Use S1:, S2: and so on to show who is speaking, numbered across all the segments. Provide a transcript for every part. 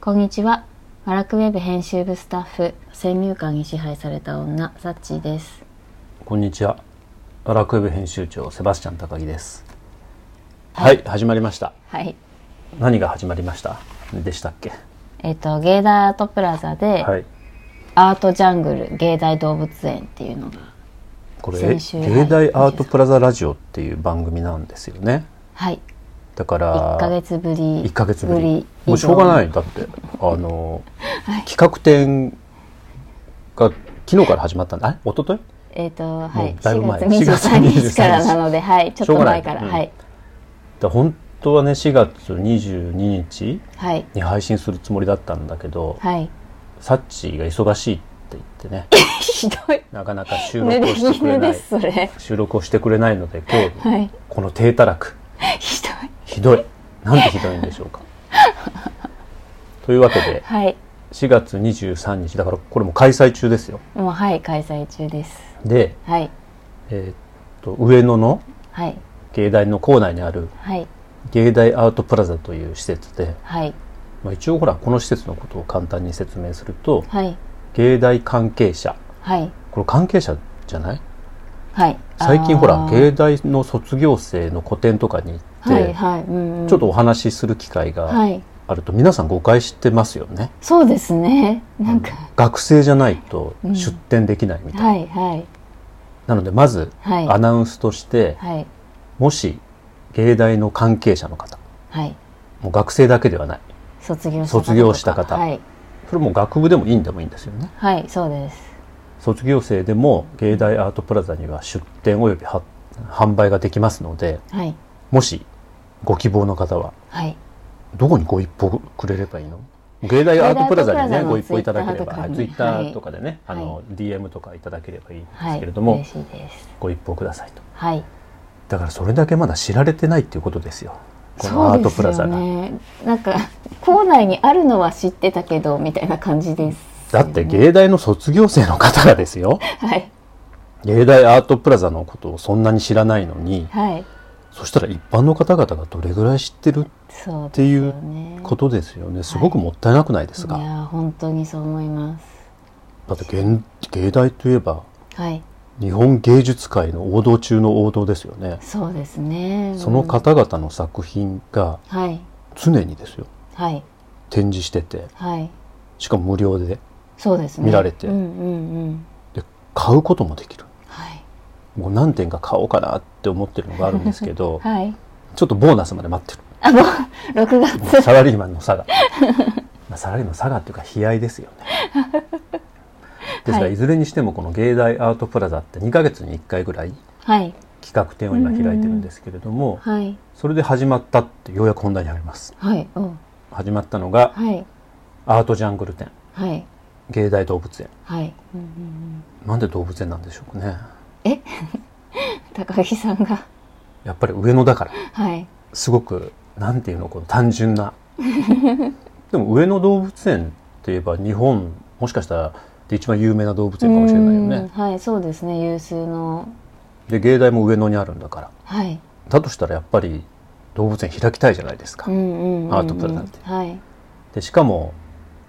S1: こんにちは。ワラクウェブ編集部スタッフ、先入観に支配された女、サッチーです。
S2: こんにちは。ラクウェブ編集長セバスチャン高木です。はい、始まりました。
S1: はい。
S2: 何が始まりましたでしたっけ？
S1: えっ、と、芸大アートプラザで、
S2: はい。
S1: アートジャングル芸大動物園っていうのが、
S2: これ
S1: 先週
S2: 芸大アートプラザラジオっていう番組なんですよね。
S1: はい。
S2: だから
S1: 1ヶ月ぶり。
S2: 一ヶ月ぶ
S1: 以
S2: り。
S1: 上
S2: もうしょうがない。だってあ の、企画展が昨日から始まったんだ。あれ、一昨日？
S1: えっ、と、はい。
S2: もうだいぶ前
S1: 4月23
S2: 4
S1: 日
S2: 月
S1: からなので、はい。ちょっ
S2: しょう
S1: と
S2: がな
S1: 前
S2: い
S1: から。
S2: うん
S1: はい。
S2: だ本当はね4月22日
S1: はい。
S2: に配信するつもりだったんだけど、
S1: はい。
S2: サッチーが忙しいって言ってね。
S1: ひどい。
S2: なかなか収録
S1: 濡
S2: を
S1: れ
S2: してくれ
S1: 衣
S2: な
S1: で
S2: い
S1: す、それ。
S2: 収録をしてくれないので今日、
S1: はい。
S2: この低たらく
S1: ひどい。
S2: ひどいなんてひどいんでしょうかというわけで
S1: はい。
S2: 4月23日だからこれも開催中ですよ
S1: もう、はい。開催中です。
S2: で、
S1: はい。
S2: えーっと上野の
S1: はい。
S2: 芸大の構内にある
S1: はい。
S2: 芸大アートプラザという施設で、
S1: はい。
S2: まあ、一応ほらこの施設のことを簡単に説明すると
S1: はい。
S2: 芸大関係者
S1: はい。
S2: これ関係者じゃない
S1: はい。
S2: 最近ほら
S1: あー
S2: 芸大の卒業生の個展とかに行って、
S1: はい。はい。うんうん。
S2: ちょっとお話しする機会
S1: は
S2: が
S1: い。
S2: あると皆さん誤解してますよね。
S1: そうですね。なんか。
S2: 学生じゃないと
S1: うん
S2: 出展できないみたいな。
S1: はい。はい。
S2: なのでまず
S1: はい
S2: アナウンスとして、
S1: はい。
S2: もし芸大の関係者の方、
S1: はい。
S2: もう学生だけではない。
S1: 卒業した方とか
S2: 卒業した方
S1: はい。
S2: それも学部でも院でもいいんですよね。
S1: はい。そうです。
S2: 卒業生でも芸大アートプラザには出展およびは販売ができますので、
S1: はい。
S2: もしご希望の方は
S1: はい。
S2: どこにご一報くれればいいの芸大アートプラザ
S1: 芸大ア
S2: に
S1: ートプラザ
S2: ね
S1: の
S2: ご一報いただければはいツ
S1: ツ
S2: イ
S1: イッ
S2: ッ
S1: タ
S2: タ
S1: ー
S2: ー
S1: と
S2: と
S1: か
S2: かでね、
S1: はい
S2: あの DM とかいただければいいんで
S1: は
S2: す
S1: い。
S2: けれども、
S1: 嬉しいです。
S2: ご一報くださいと
S1: はい。
S2: だからそれだけまだ知られてないっていうことですよこのアートプラザが、
S1: そうですよね。なんか校内にあるのは知ってたけどみたいな感じです
S2: だ
S1: よね、
S2: って芸大の卒業生の方がですよ
S1: はい
S2: 芸大アートプラザのことをそんなに知らないのに
S1: はい
S2: そしたら一般の方々がどれぐらい知ってるっ
S1: そう
S2: て
S1: で
S2: い
S1: すよ
S2: う
S1: ね。
S2: ことですよねすごくもったいなくないです
S1: い
S2: か、
S1: や本当にそう思います。
S2: だって芸芸大といえば
S1: はい
S2: 日本芸術界の王道中の王道ですよね
S1: そうですね。
S2: その
S1: か
S2: 方々の作品が
S1: はい
S2: 常にですよ
S1: はい
S2: 展示してて
S1: はい
S2: しかも無料で
S1: そうですね。
S2: 見られて
S1: うんうんうん
S2: で買うこともできる
S1: はい
S2: もう何点か買おうかなって思ってるのがあるんですけ ど
S1: はい
S2: ちょっとボーナスまで待って
S1: あの 六月
S2: るサラリーマンの差がまあサラリーマンの差がっていうか悲哀ですよねですが、
S1: はい
S2: い、ずれにしてもこの芸大アートプラザって2ヶ月に1回ぐらい
S1: はい
S2: 企画展を今開いてるんですけれども、
S1: はい
S2: それで始まったってようやく本題に入ります
S1: はいお
S2: 始まったのが
S1: はい
S2: アートジャングル展
S1: はい
S2: 芸大動物園
S1: はいうんうんうん
S2: なんで動物園なんでしょうかね
S1: 高木さんが
S2: やっぱり上野だから
S1: はい
S2: すごくなんていうのこの単純な でも上野動物園って言えば日本もしかしたらで一番有名な動物園かもしれないよ
S1: うん
S2: ね
S1: はいそうですね有数の
S2: で芸大も上野にあるんだから
S1: はい
S2: だとしたらやっぱり動物園開きたいじゃないですか、
S1: うんうんうんうん
S2: アートプラザって
S1: はい
S2: でしかも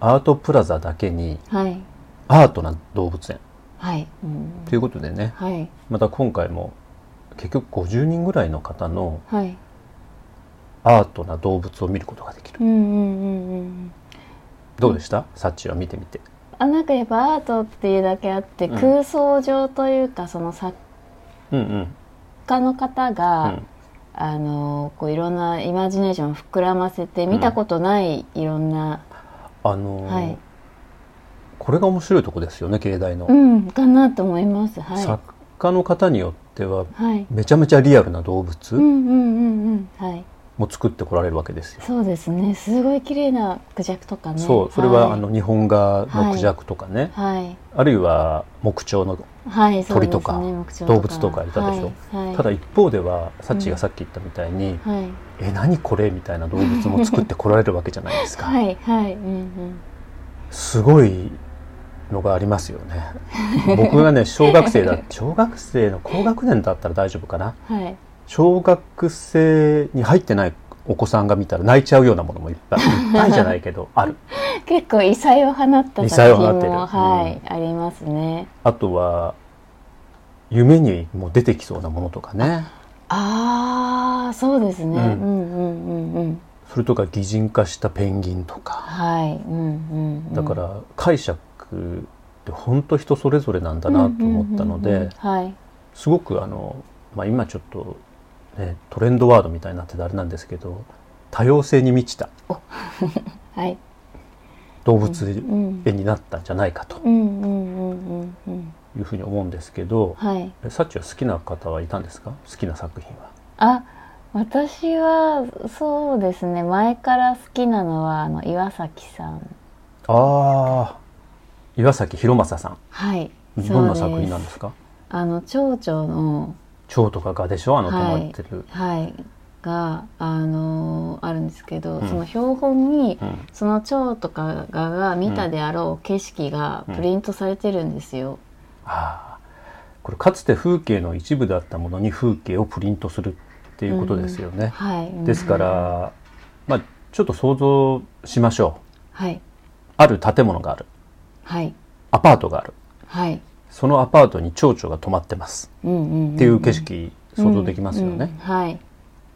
S2: アートプラザだけに
S1: はい
S2: アートな動物園
S1: はい、うん、
S2: ということでね
S1: はい
S2: また今回も結局50人ぐらいの方の
S1: はい
S2: アートな動物を見ることができる
S1: うんうんうんうん
S2: どうでした、サッチーは見てみて
S1: あなんかやっぱアートっていうだけあって、
S2: うん
S1: 空想上というかその作
S2: うんうん
S1: 家の方が、
S2: うん
S1: あのこういろんなイマジネーションを膨らませて見たことないいろんな、
S2: あのー
S1: はい
S2: これが面白いとこですよね芸大の、
S1: うんかなと思いますはい
S2: 作家の方によっては
S1: はい
S2: めちゃめちゃリアルな動
S1: うん
S2: 物
S1: うんうんうんはい
S2: も作ってこられるわけですよ、
S1: そうですねすごい綺麗なクジャクとかね
S2: そうそれは、
S1: い
S2: あの日本画のクジャクとかね、
S1: はい
S2: あるいは木彫の、
S1: はい、そうですね
S2: 鳥とか
S1: 木彫
S2: 動物とかいたでしょ
S1: はいはい、
S2: ただ一方ではサッチーがさっき言ったみたいに、
S1: はい
S2: え何これみたいな動物も作ってこられるわけじゃないですか、
S1: はいはいうん
S2: すごいのがありますよね僕がね小学生だ小学生の高学年だったら大丈夫かな
S1: うんはい
S2: 小学生に入ってないお子さんが見たら泣いちゃうようなものもいっぱいいっぱいじゃない けどある
S1: 結構異彩を放った
S2: 異彩
S1: 作
S2: を放
S1: 品
S2: ってる
S1: も、はい
S2: うん
S1: ありますね
S2: あとは夢にも出てきそうなものとかね
S1: ああそうですね、う
S2: うん
S1: ん、うんうんうん
S2: それとか擬人化したペンギンとか
S1: はいうんうん、うん、
S2: だから解釈って本当人それぞれなんだなと思ったの
S1: うんうんうんう
S2: で
S1: んはい
S2: すごくあの、まあ、今ちょっと、ね、トレンドワードみたいになっててあれなんですけど多様性に満ちた
S1: はい
S2: 動物
S1: うん
S2: 絵になったんじゃないかと
S1: うんうんうんうんうん
S2: いうふうに思うんですけど、
S1: はい
S2: サッチは好きな方はいたんですか好きな作品は。
S1: あ私はそうですね前から好きなのはあの岩崎さん
S2: ああ岩崎宏正さん
S1: はい
S2: どんな
S1: そう
S2: 作
S1: で
S2: 品
S1: す
S2: なんですか
S1: あの蝶々の
S2: 蝶とかがでしょあの止
S1: はい
S2: まってる、
S1: はいがあのあるんですけど、
S2: うん
S1: その標本に
S2: うん
S1: その蝶とかがが見たであろう景色がプリントされてるんですよ、
S2: ああこれかつて風景の一部だったものに風景をプリントするっていうことですよね、
S1: はいうん
S2: ですから、まあ、ちょっと想像しましょう
S1: はい
S2: ある建物がある
S1: はい
S2: アパートがある
S1: はい
S2: そのアパートに蝶々が止まってます
S1: うんうんんん
S2: っていう景色想像できますよね、
S1: うんうんはい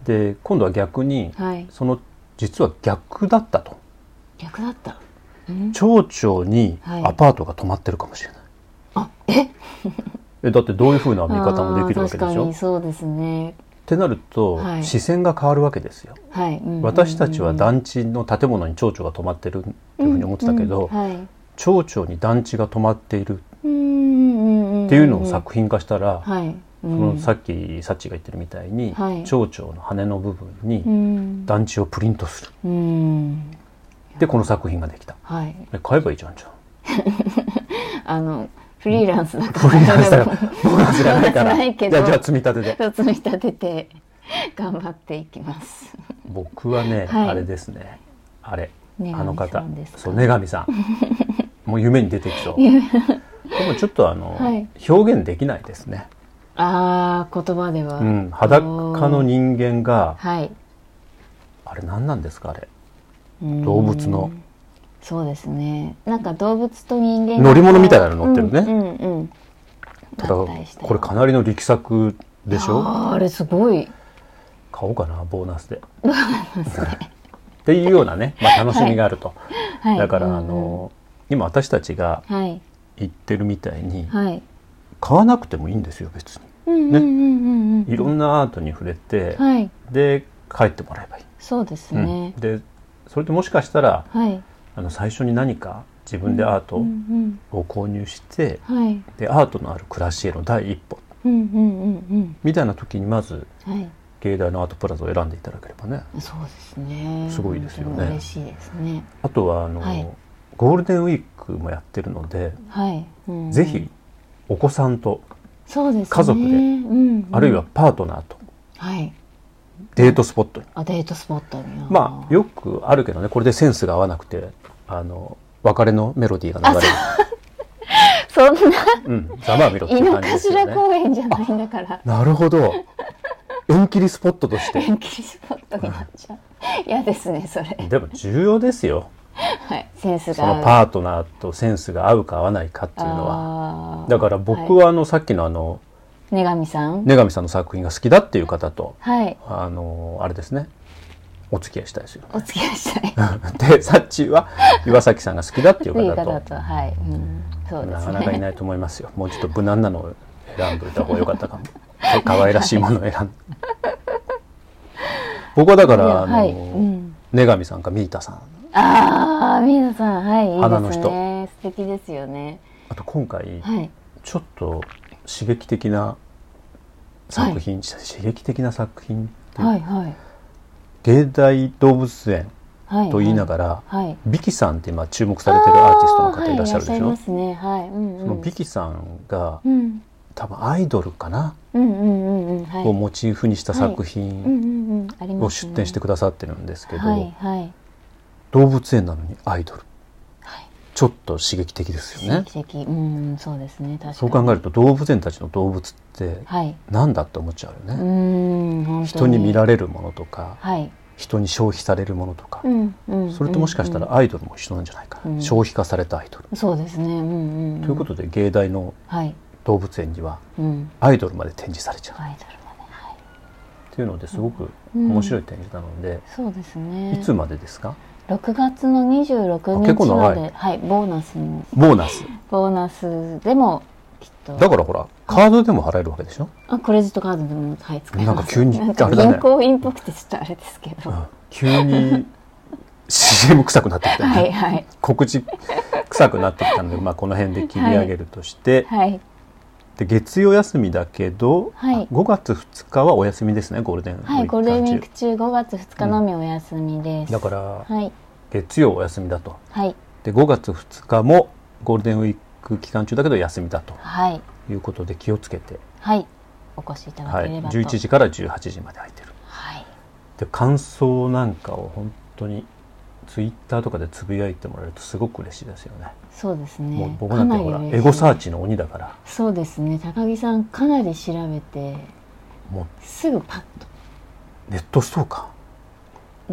S2: で今度は逆に
S1: はい
S2: その実は逆だったと
S1: 逆だった、うん
S2: 町長に
S1: はい
S2: アパートが泊まってるかもしれない、
S1: あえ
S2: えだってどういうふうな見方もできるわけで
S1: あー確
S2: し
S1: か
S2: ょ
S1: に
S2: っ
S1: そうですね
S2: てなると、
S1: はい
S2: 視線が変わるわけですよ
S1: はい、うんうんうん
S2: 私たちは団地の建物に町長が泊まってるっていうふうに思ってたけど、
S1: うんうんはい
S2: 町長に団地が泊まっている
S1: っ
S2: っていうのを作品化したら、
S1: はい、そ
S2: そのさっきサッチが言ってるみたいに、
S1: はい
S2: 町長の羽の部分
S1: う
S2: に
S1: ん
S2: 団地をプリントする、
S1: うん
S2: でこの作品ができた
S1: はい
S2: え買えばいいじゃんじゃん
S1: あのフリーランスだから
S2: ボーナスだからボーナスがないか
S1: ボー
S2: ら
S1: ナスないけ
S2: じ
S1: ど
S2: ゃあじゃあ積み立てで
S1: 一つ見立てて頑張っていきます
S2: 僕はね、
S1: はい
S2: あれですねあれ
S1: 女神
S2: あの
S1: さ
S2: 方
S1: んですか
S2: そう女 神さんもう夢に出てきそうでもちょっとあの、
S1: はい
S2: 表現できないですね、
S1: ああ言葉では、
S2: うん、裸の人間が
S1: はい
S2: あれ何なんですかあれ
S1: うん
S2: 動物の
S1: そうですねなんか動物と人間が
S2: 乗り物みたいなの乗ってるね
S1: うんうんうん
S2: ただ
S1: 合体した
S2: これかなりの力作でしょ
S1: あーあれすごい
S2: 買おうかなボーナスで っていうようなね、まあ、楽しみがあると、
S1: はい
S2: だから、
S1: うんうん
S2: あの今私たちが
S1: はい
S2: 言ってるみたいに、
S1: はい
S2: 買わなくてもいいんですよ別に
S1: うんうんうんうんうん
S2: いろんなアートに触れて、
S1: はい
S2: で帰ってもらえばいい、
S1: そうです
S2: うん
S1: ね、
S2: でそれでもしかしたら
S1: はい
S2: あの最初に何か自分でアー
S1: う
S2: ト
S1: ん
S2: を購入して、
S1: うんはい
S2: でアートのある暮らしへの第一歩
S1: うんうんうん
S2: みたいな時にまず
S1: うんはい
S2: 芸大のアートプラザを選んでいただければね
S1: そうですね
S2: すごいですよね
S1: 本当に嬉しいですね
S2: あとはあの、
S1: はい
S2: ゴールデンウィークもやってるので、
S1: はい、うんうん
S2: ぜひお子さんと
S1: そうですね
S2: 家族で
S1: うんうん
S2: あるいはパートナーと
S1: はい
S2: デートスポットに、
S1: あデートスポットに
S2: まあよくあるけどねこれでセンスが合わなくてあの別れのメロディーが流れ る
S1: そんな
S2: うん、ざまあみろって
S1: 井
S2: いう
S1: の
S2: 感じです
S1: 頭
S2: よね。
S1: 公園じゃないんだから
S2: なるほど。縁切りスポットとして。
S1: 遠距離スポットになっちゃう嫌ですねそれ
S2: でも重要ですよ。
S1: はいセンス
S2: そ
S1: が合う
S2: のパートナーとセンスが合うか合わないかっていうのは。
S1: は
S2: だから僕はあのさっきのあの
S1: 女神さん
S2: 根上さんの作品が好きだっていう方と
S1: はい
S2: あのあれですね。お付き合いしたいですよ。
S1: お付き合いしたい
S2: で、サッチーは岩崎さんが好きだっていう
S1: いい方
S2: 方と
S1: だ。とはい、うん、そうで
S2: な
S1: す
S2: か
S1: ね
S2: なかいないと思いますよ。もうちょっと無難なのを選んどいた方が良かったかも。 可愛らしいものを選ん で。僕はだから、あの、
S1: はいうん
S2: 女神さんかミータさん。
S1: ああ、皆さん、はい、いいですね。
S2: 花の人
S1: 素敵ですよね。
S2: あと今回、
S1: はい。
S2: ちょっと刺激的な作品、刺激的な作品って、
S1: はい、はい。
S2: 芸大動物園
S1: はい。
S2: と言いながら、
S1: ら。はい。
S2: ビキさんって今注目されてるアーティストの方いらっしゃるでし
S1: あーはい、いらっしゃい
S2: ょ、
S1: ますね。はい。うん、うん。
S2: そのビキさんが
S1: うん。
S2: 多分アイドルかな、
S1: うん、うん、うん、うん。はい。
S2: をモチーフにした作
S1: う
S2: 品
S1: ん、うん、うん。あります、ね。
S2: を出展してくださってるんですけど、
S1: はい、はい。
S2: 動物園なのにアイドル
S1: はい。
S2: ちょっと刺激的ですよね
S1: 素敵、うん、そうですね。確かに。
S2: そう考えると動物園たちの動物って
S1: はい。
S2: なんだって思っちゃうよね、
S1: うーん、本当に。
S2: 人に見られるものとか
S1: はい。
S2: 人に消費されるものとか、
S1: うんうん
S2: それともしかしたらアイドルも一緒なんじゃないかな、
S1: うん
S2: 消費化されたアイドル、
S1: うんそうですねうんうん
S2: ということとで芸大の
S1: はい
S2: 動物園には
S1: うん
S2: アイドルまで展示されちゃう
S1: アイドルまではい
S2: っていうのですごく
S1: うん
S2: 面白い展示なので、
S1: そうですね
S2: いつまでですか
S1: 6月の26
S2: あ結構
S1: 日ま
S2: 長
S1: ではいボーナスに
S2: ボーナス
S1: ボーナスでもきっと
S2: だからほらカードでも払えるわけでしょ、
S1: あクレジットカードでもはい使えます
S2: なんか急に
S1: なんか
S2: あれだね
S1: 銀行員っぽくてちょっとあれですけど、
S2: うん急に CM 臭くなってきたよね、
S1: はいはい
S2: 告知臭くなってきたので、まあ、この辺で切り上げるとして、
S1: はい
S2: で月曜休みだけど、
S1: はい
S2: 5月2日はお休みですねゴールデンウィーク
S1: はいゴールデンウィーク
S2: 期
S1: 中5月2日のみお休みで
S2: 間中
S1: す、
S2: だから
S1: はい
S2: 月曜お休みだと
S1: はい
S2: で5月2日もゴールデンウィーク期間中だけど休みだと
S1: はい
S2: いうことで気をつけて、
S1: はいお越しいただ
S2: は
S1: け
S2: い、
S1: ればと、
S2: 11時から18時まで空いてる
S1: はい
S2: で感想なんかを本当にツイッターとかでつぶやいてもらえるとすごく嬉しいですよね
S1: そうです
S2: もう
S1: ね
S2: 僕なんてほら
S1: かり嬉しい
S2: エゴサーチの鬼だから
S1: そうですね高木さんかなり調べて
S2: も
S1: すぐパッと
S2: うネットストーカ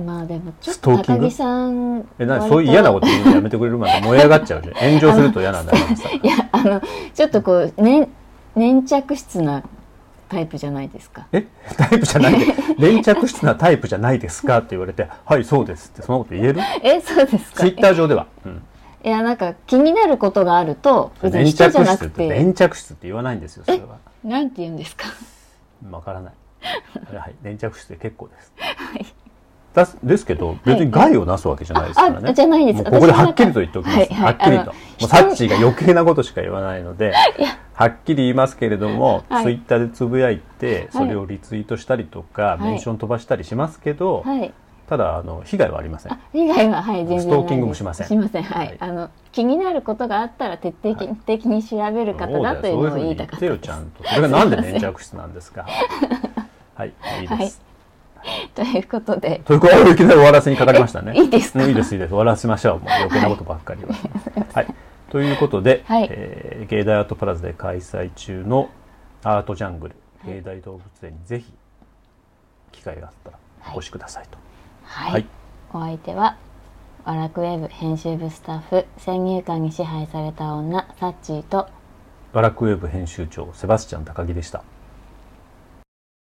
S1: まあでもちょっ
S2: スト
S1: と
S2: ーキン
S1: 高
S2: グ
S1: 木さん
S2: ーえなにそういう嫌なことと言うのやめてくれるまで燃え上がっちゃうじゃん炎上すると嫌なんだからさ
S1: いやあのちょっとこう、ね、粘着質なタイプじゃないですか
S2: え タイプじ ゃないで粘着質なタイプじゃないですかって言われて「はいそうです」ってそんなこと言える
S1: えそうですか
S2: ツイッター上では、うん、
S1: いやなんか気になることがあると別に
S2: 粘
S1: 人じゃ
S2: 着
S1: な
S2: 質っ
S1: く
S2: て
S1: て
S2: 粘着質って言わないんですよそれは
S1: なんて言うんですか
S2: わからないはい粘着質で結構ですだすですけど別に害をなすわけじゃないですからね、
S1: あじゃないです
S2: もうここではっきりと言っておきます、
S1: はいはい
S2: はっきりと
S1: あの
S2: もうサッチーが余計なことしか言わないのではっきり言いますけれども、
S1: はい
S2: ツイッターでつぶやいてそれをリツイートしたりとか、
S1: い
S2: メンション飛ばしたりしますけど、
S1: はい
S2: ただあの被害はありません
S1: あ以外ははい全然ないです
S2: ストーキングもしません
S1: しませんはい、
S2: はい
S1: あの気になることがあったら徹底的,、に調べる方だというのを言いたかった
S2: そうだよそういうふうに言ってよちゃんとそれがなんで粘着質なんで すかはいいいです、
S1: はいということで
S2: ということでいきなり終わらせにかかりましたね。
S1: えいいですか
S2: うんいいですいいです終わらせましょうもう余計なことばっかり は。はい、ということで、
S1: はい
S2: えー芸大アートプラザで開催中のアートジャングル芸大動物園にぜひ機会があったらお越しくださいと。
S1: はい、
S2: はい
S1: お相手はワラクウェブ編集部スタッフ先入観に支配された女サッチーと
S2: バラクウェブ編集長セバスチャン高木でした。